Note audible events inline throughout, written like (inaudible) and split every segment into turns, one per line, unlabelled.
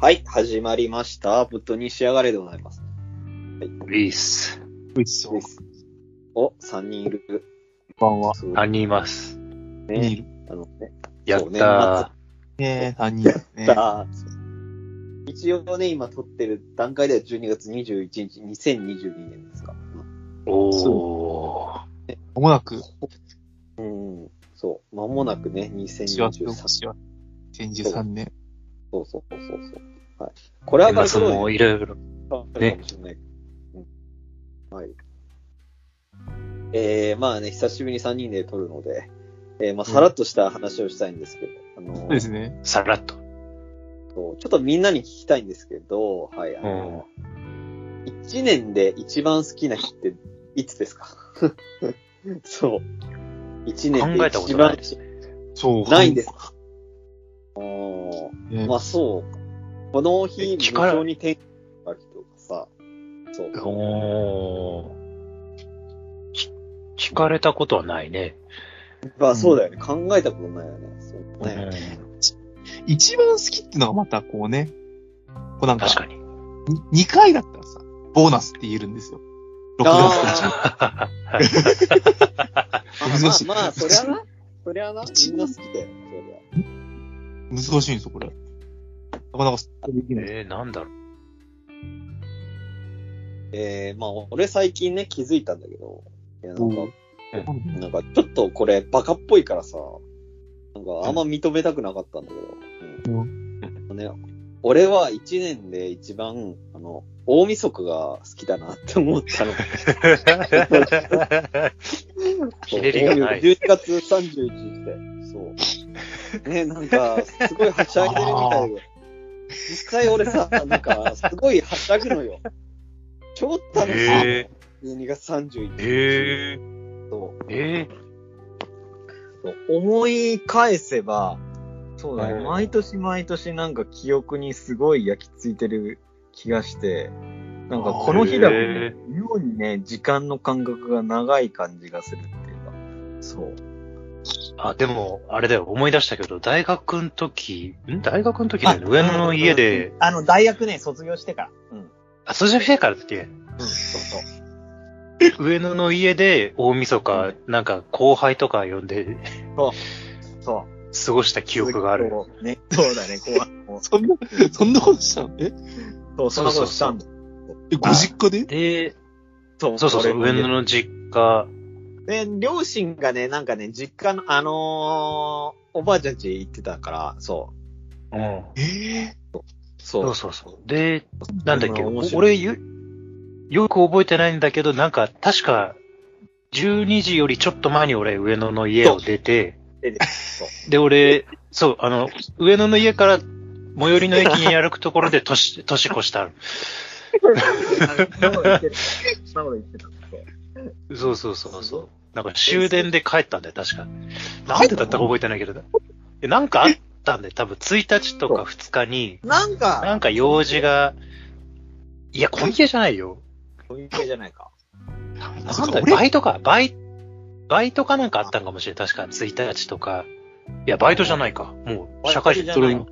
はい、始まりました。ぶっとに仕上がれでございます。
ウィース。
ウィスを
お、3人いる。
こんばんは。
そう
3人います。
ねい
ね。
る。
あのね、
やっ
そうね
た
ねえ、3人ですね。
だ一応ね、今撮ってる段階では12月21日、2022年ですか。
ー。おー。
まもなく、
うん、そう。間もなくね、
4月
2023。そ
の
う
年は、2023年。
そうそうそう。はい。これは
今
ガス
そ
ロ
もいろいろ。
あるかもしれない。うんはい。えー、まあね、久しぶりに3人で撮るので、えー、まあ、さらっとした話をしたいんですけど、あのー
そうですね。
さらっと。
そうちょっとみんなに聞きたいんですけど、はい、あの、一年で一番好きな日っていつですか (laughs) そう。一年
考
で
えたこ
一
とな
番
いですね。
そう。。
ないんですすかお
ね
ーまあそう。この日、
聞
無
かれ
償に転ある人がさ、そう。
おー。き聞かれたことはないね。
まあそうだよね。考えたことないよね。そうね。
一番好きってのがまたこうね、こうな
うんん
か、
確かに。 (laughs)
2回だったらさ、ボーナスって言えるんですよ。6月から。
ま (laughs) あまあ、そりゃな。そりゃな。みんな好きだよ。
難しいんですよ、これ。なかなか、できない。
えー、なんだ
(laughs)
ろう。
そりゃ。えー、まあ俺最近ね、気づいたんだけど、いやなんか、なんかちょっとこれバカっぽいからさ、なんかあんま認めたくなかったんだけど、うんね、俺は一年で一番、あの、大晦日が好きだなって思ったの。
ひねりがない
12月31日で。そう。ね、なんか、すごいはしゃいでるみたいで。実際俺さ、なんか、すごいはしゃぐのよ。超楽しい。
え
12月31
ー、
日。
えー、
そう
え
思い返せば、そうだね、
うん
毎年毎年なんか記憶にすごい焼き付いてる気がして、なんかこの日だと、
へ
ね、妙にね、時間の感覚が長い感じがするっていうか、そう。
ー、あ、でも、あれだよ、思い出したけど、大学の時、ん大学の時だよね、上野の家で、
あの、大学ね、卒業してから。うん。うん、
あ、そじゃしてからだっけ
そうそう。
上野の家で大晦日、なんか後輩とか呼んで
そう。
過ごした記憶がある。。
ね、そうだね、こう、もう
そんな、そんなことしたのえ
そう、そんなことしたんだ。
えご実家で
で、
そう
そうそうそう、
俺
上野の実家、
で、両親がね、なんかね、実家の、あのーおばあちゃん家行ってたから、そう。
うん。
え
そ
そうう。そうそう。で、なんだっけ、
面白い
俺よ、よく覚えてないんだけど、なんか、確か、12時よりちょっと前に俺、上野の家を出て、で、俺、そう、あの、上野の家から、最寄りの駅に歩くところで (laughs) 年、年越した。
そんなこと言ってた。そんなこと言ってた。
そうそうそうそう。なんか終電で帰ったんだよ、確か。なんでだったか覚えてないけど。えなんかあったんだよ、多分1日とか2日に、
なんか、
なんか用事が、いや、今夜じゃないよ。
そういう系じゃないか。
なんだよ、バイトか、バイ、バイトかなんかあったんかもしれない。確か1日とか。いや、バイトじゃないか。もう、社会人
バイトじゃない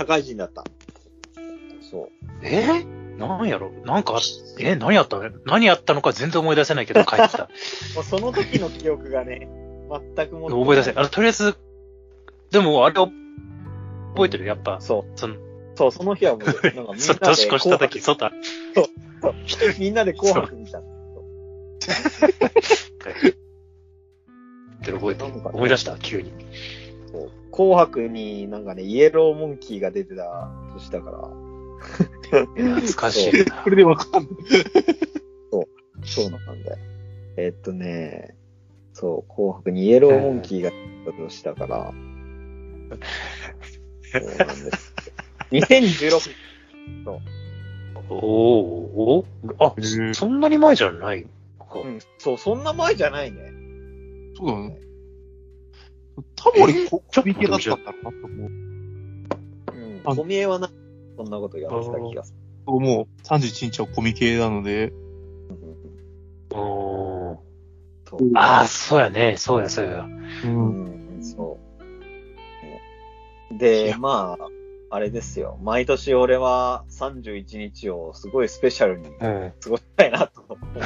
社会人だった。そ
えなんやろなんかあ、え何やったの何やったのか全然思い出せないけど帰っ
(laughs)
てた。
う。もうその時の記憶がね、全くも
覚え出せない。あの、とりあえず、でも、あれ、覚えてるやっぱ、
そう。
その、
そう、その日はもう、なんかみんなで
そう、年越した
(laughs)
時、
紅
外、
白 (laughs) みんなで紅白見た。
って覚えてる
なんかね
思い出した、急に。
そう紅白になんかね、イエローモンキーが出てた年だから。
懐かしい
(laughs)
え
な
こ。れでわかんない。
そうなんだよ。えっとね、そう、紅白にイエローモンキーが出た年だから。そうなん (laughs) です。2016
おおおあ、そんなに前じゃないのか
うん、そう、そんな前じゃないね。
そうだね。多分俺、こ
ちょっと
コミケだったんだろうなと思う。
うん。
あ
小見えはな、そんなことやってた気がする。
僕もう31日はコミケなので、
うん
おー
そう。
ああ、そうやね。そうや、そうや。
う。
うんん、そう。で、まあ、あれですよ。毎年俺は31日をすごいスペシャルに過
ん。
ごしたいなと思って、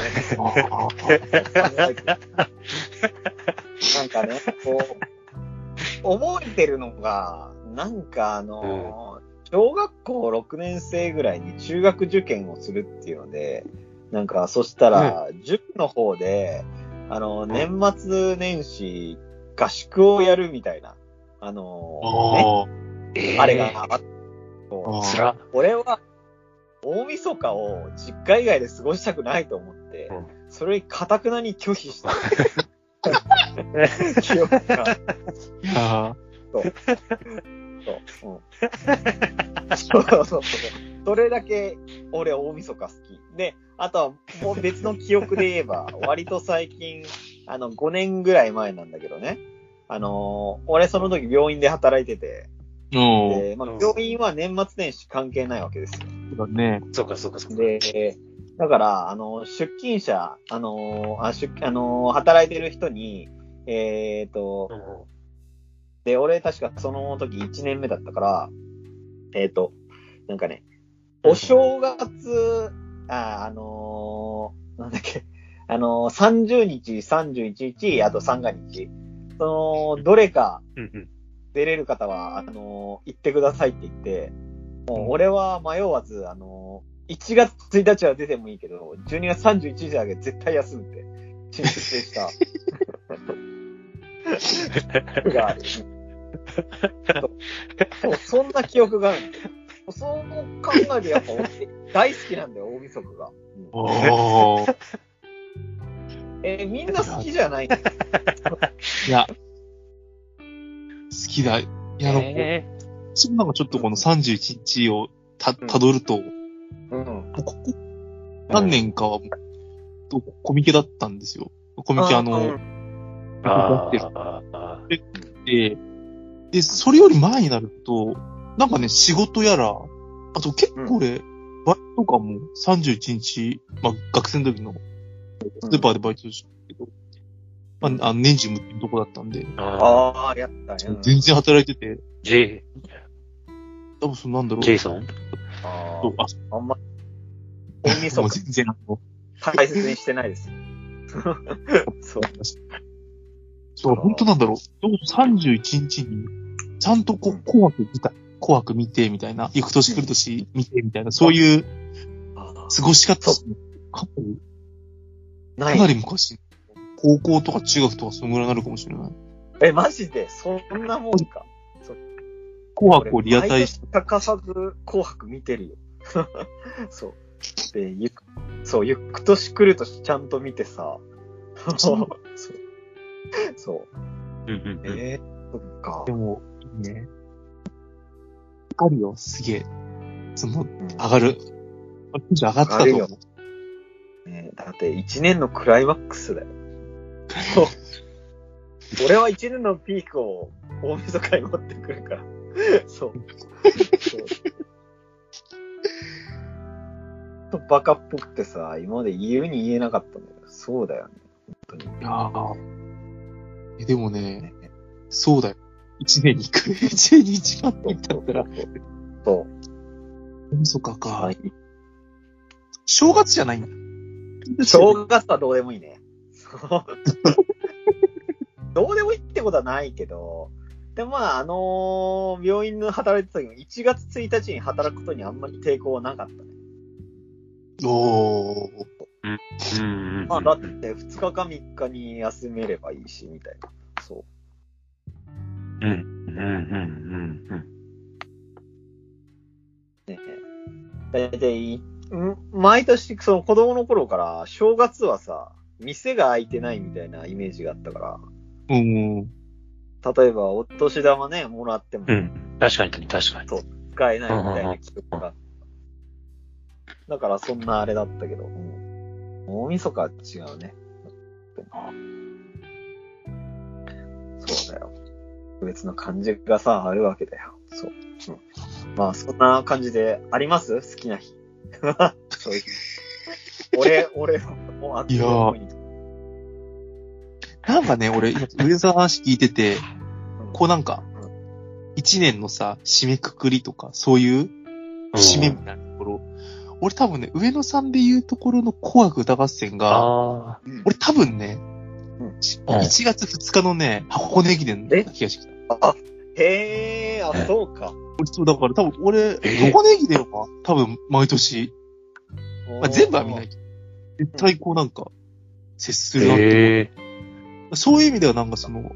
なんかね、こう、覚えてるのが、なんかあの、小学校6年生ぐらいに中学受験をするっていうので、なんか、そしたら、塾の方で、あの、年末年始、合宿をやるみたいな、あの、ね
あ
え
あれがあっ
あ
つら。
俺は、大晦日を実家以外で過ごしたくないと思って、
うん
それにかたくなに拒否
(laughs)
した。記憶が
あ。
そううんそうそうそう。それだけ俺大晦日好き。で、あとはもう別の記憶で言えば、割と最近、あの、5年ぐらい前なんだけどね。あのー俺その時病院で働いてて、
おー
でまあ
うん
病院は年末年始関係ないわけですよ。
そうだね。
そうか、そうか、そうか。
で、だから、あの、出勤者、あの、あ出あの働いてる人に、えっ、と
う、ん
で、俺確かその時1年目だったから、えっ、と、なんかね、お正月、あ、あのーなんだっけ、あのー、30日、31日、あと三が日、その、どれか
うんうん。
出れる方は、あのー行ってくださいって言って、もう俺は迷わず、あのー1月1日は出てもいいけど、12月31日だけ絶対休むって、申請した。
(laughs)
がある。そうそんな記憶があるんだよそう考えるとやっぱ俺大好きなんだよ、大晦日が。うん
おー
えーみんな好きじゃない好
いや、好きだ。いや、あの、
え
そのなんかちょっとこの31日をた、たどると、も
うん。
うここ何年かはもう、コミケだったんですよ。コミケあの、
うん
ーあーあーあ
で、で、それより前になると、なんかね、仕事やら、あと結構俺、バイトとかも31日、まあ学生の時のスーパーでバイトしたけど、まあ、あの年中無休のとこだったんで、
ー。ああ。
ああ、やったね。
全然働いてて、
ジェイ、
多分そのなんだろう。
ジェイソン
あ
そうあ、
ーあんま、大
そ
晦
う、
日
全然あの、
大切にしてないです。 (laughs) そう。
そう、本当なんだろう。どうぞ31日に、ちゃんとこう、紅白見た、紅白見て、みたいな、行く年来る年見て、みたいな、そういう過ごし方をかなり
な。
かないり昔、高校とか中学とかそのぐらいになるかもしれない。
え、マジでそんなもんか。
紅白をリアタイし
して。欠かさず紅白見てるよ。 (laughs) そう。で、ゆく、そう、ゆく年来る年ちゃんと見てさ。 (laughs) そう。そう。
うんうんうん。
えー、そっか
て。も、いいね。わかるよ、すげえ。その、上がる。テンション上がってたと
上がる
思う。
ねだって一年のクライマックスだよ。そう。俺は一年のピークを大晦日に持ってくるから。そう。そう。ちょっとバカっぽくてさ、今まで言うに言えなかったんだよ。そうだよね。本当に。
いやーえ、でもね、そうだよ。一年に一回、 (laughs) 一年に一番って言ったんだら、
そ
大晦日か。
う。はい。
正月じゃないんだ。
正月はどうでもいいね。そうどうでもいいってことはないけど、でもまあ、あのー病院の働いてた時も1月1日に働くことにあんまり抵抗はなかったね。
おー。
うんうん。
まあ、だって2日か3日に休めればいいし、みたいな。そう。
うんうんうんうんうん。
ね大体、ん毎年、その子供の頃から、正月はさ、店が開いてないみたいなイメージがあったか
うん。
ら、例えばお年玉ね、もらっても、
うん。確かに、確かに。
使えないみたいな記憶があった。だからそんなあれだったけど、うん大晦日は違うね。そうだよ。別の感じがさ、あるわけだよ。そう。うんまあ、そんな感じで、あります好きな日。そういう。俺、俺もあっという間に
なんかね、俺、今、上さんの話聞いてて、こうなんか、一年のさ、締めくくりとか、そういう締めみたいなところ。俺多分ね、上野さんで言うところの紅白歌合戦が、
ああ。
俺多分ね、し
うん
1月2日のね、箱根駅伝な気がしてきた。
へえ、あ、そうか。
俺そう、だから多分俺、
え
箱根駅伝は多分毎年、まあ、全部は見ないけど、絶対こうなんか、接するなって、
ええ
そういう意味ではなんかその、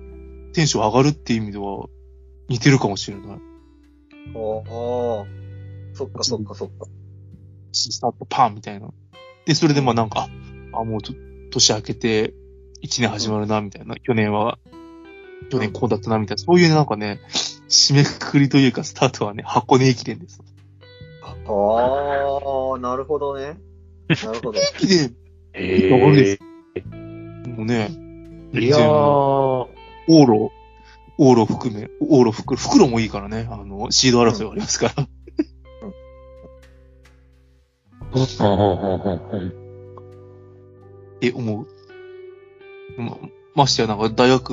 テンション上がるっていう意味では、似てるかもしれない。
ああ。そっかそっかそっか。
スタートパンみたいな。で、それでまあなんか、あ、あもうちょ年明けて、一年始まるな、みたいな。去年は、去年こうだったな、みたいな。そういうなんかね、締めくくりというか、スタートはね、箱根駅伝です。
ああ、なるほど
(laughs)
ね。なるほど。
駅伝
え
わかんない
え
でもね、
いやー、
往路、往路含め、往路含め、袋もいいからね、あの、シード争いはありますから。
うんうんうんうんうん
え、思う。ま、ましてや、なんか大学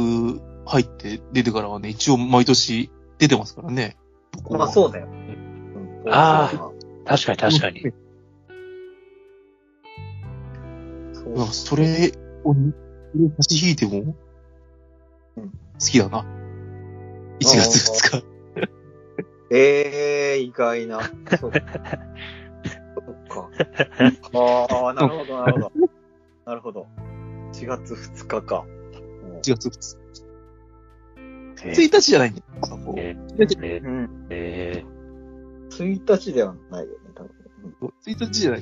入って出てからはね、一応毎年出てますからね。僕は
まあそうだよ。うん
あー確かに確かに。。
そう
なんかそれを、差し引いても、
うん
好きだな。1月2日。
ええ意外な。そっか。そっかああ、なるほど、なるほど。なるほど。4月2日か。うん
1月2日。
え
1日じゃないんだよ。あこう
ええ
うん。
え
1日ではないよね、多分。
1日じゃない。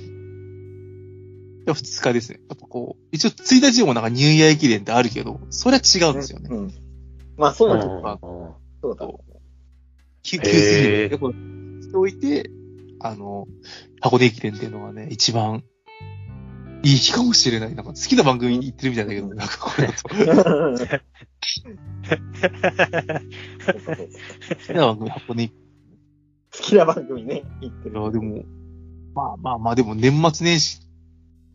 2日ですね。やっぱこう、一応1日でもなんかニューイヤー駅伝ってあるけど、それは違うんですよね。
うん。まあ、そう
う
なん
ん
だ、
うんうん
そう
(laughs)
だ。
急
ー
急すぎる。やっぱしておいて、あの、箱根駅伝っていうのがね、一番いい日かもしれない。なんか好きな番組に行ってるみたいだけど、なんかこれだ (laughs) と。好
そうかそうか
きな番組箱根駅伝
好きな番組ね、言って
い
る。
や、でも、まあまあまあ、でも年末年始、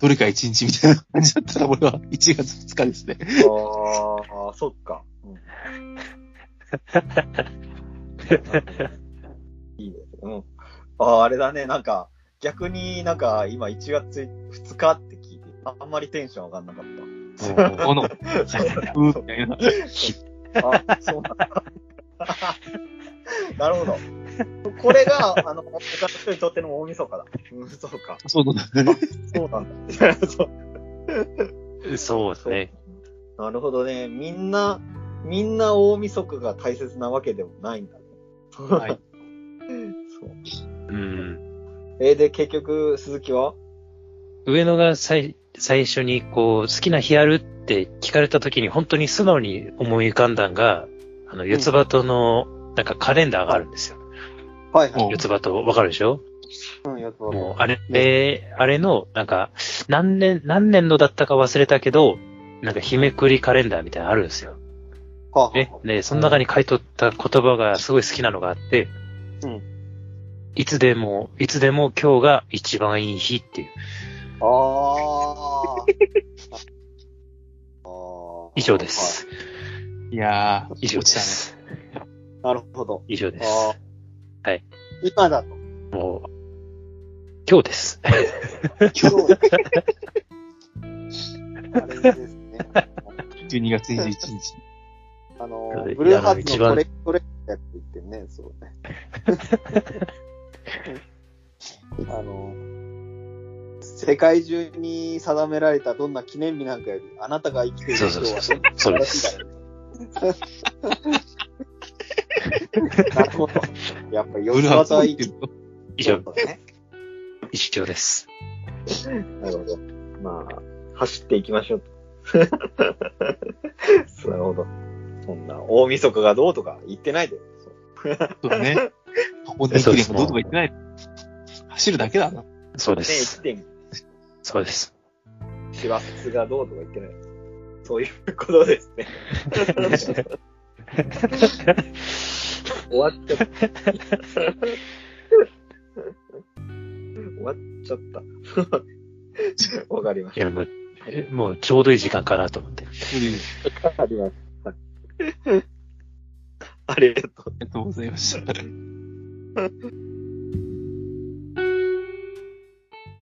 どれか一日みたいな感じだったら、俺は1月2日 (laughs) ですね。
ああ、そっか。うん、いいです。うん。ああ、あれだね、なんか、逆になんか、今1月2日って聞いて、あんまりテンション上がんなかっ
この、うーみたいな。
た。あそうなんだ。 (laughs) なるほど。これが、あの、他の人にとっての大晦日だ。うん、そうか。
そうだね。
そうなんだ。そう (laughs)
うんそうですね。
なるほどね。みんな、みんな大晦日が大切なわけでもないんだね。
はい。
そう。
うん。
えーで、結局、鈴木は
上野が最最初に、こう、好きな日あるって聞かれた時に、本当に素直に思い浮かんだんが、あの、四つ葉との、なんかカレンダーがあるんですよ。
はい
はい
四つ葉とわかるでしょ
うん、やつは。
もう、あれ、えーあれの、なんか、何年、何年のだったか忘れたけど、なんか、日めくりカレンダーみたいなのあるんですよ。
は
ね。で、その中に書いとった言葉がすごい好きなのがあって、
うん
いつでも、いつでも今日が一番いい日っていう。
(laughs) ああー。
以上です。
いやー、
以上です。
はい。なるほど。
以上で
あ
す。はい。
今だと。
もう、今日です。
今日、
(laughs)
あれですね。
12月21日。 (laughs)
あの
いや、
ブルーハー
一
ツ
番
のこれ、これってやつ言ってね、そうね。 (laughs) あの、世界中に定められたどんな記念日なんかより、あなたが生きている
(laughs) そう
人
そ
は
うそう
ね
そう。それです。
なるほど。やっぱ
ブ
四
ル
つ
ーハーツ
技
も
は
行
生
って
き (laughs)
以上、
るの
だね。
以上です。
なるほど。まあ、走っていきま
(laughs)
しょう。なるほど。そんな、大晦日がどうとか言ってないで。
(laughs) そうだね。箱根駅伝もどうとか言ってない。走るだけだな。
そうで
ね、
す。
言って
そうです。
師走がどうとか言ってない。そういうことです (laughs) ね。終わっちゃった。終わっちゃった。わかりま
い
し
やもうえもうちょうどいい時間かなと思って。
た。わかりました。ありがとう。
りがとうございました。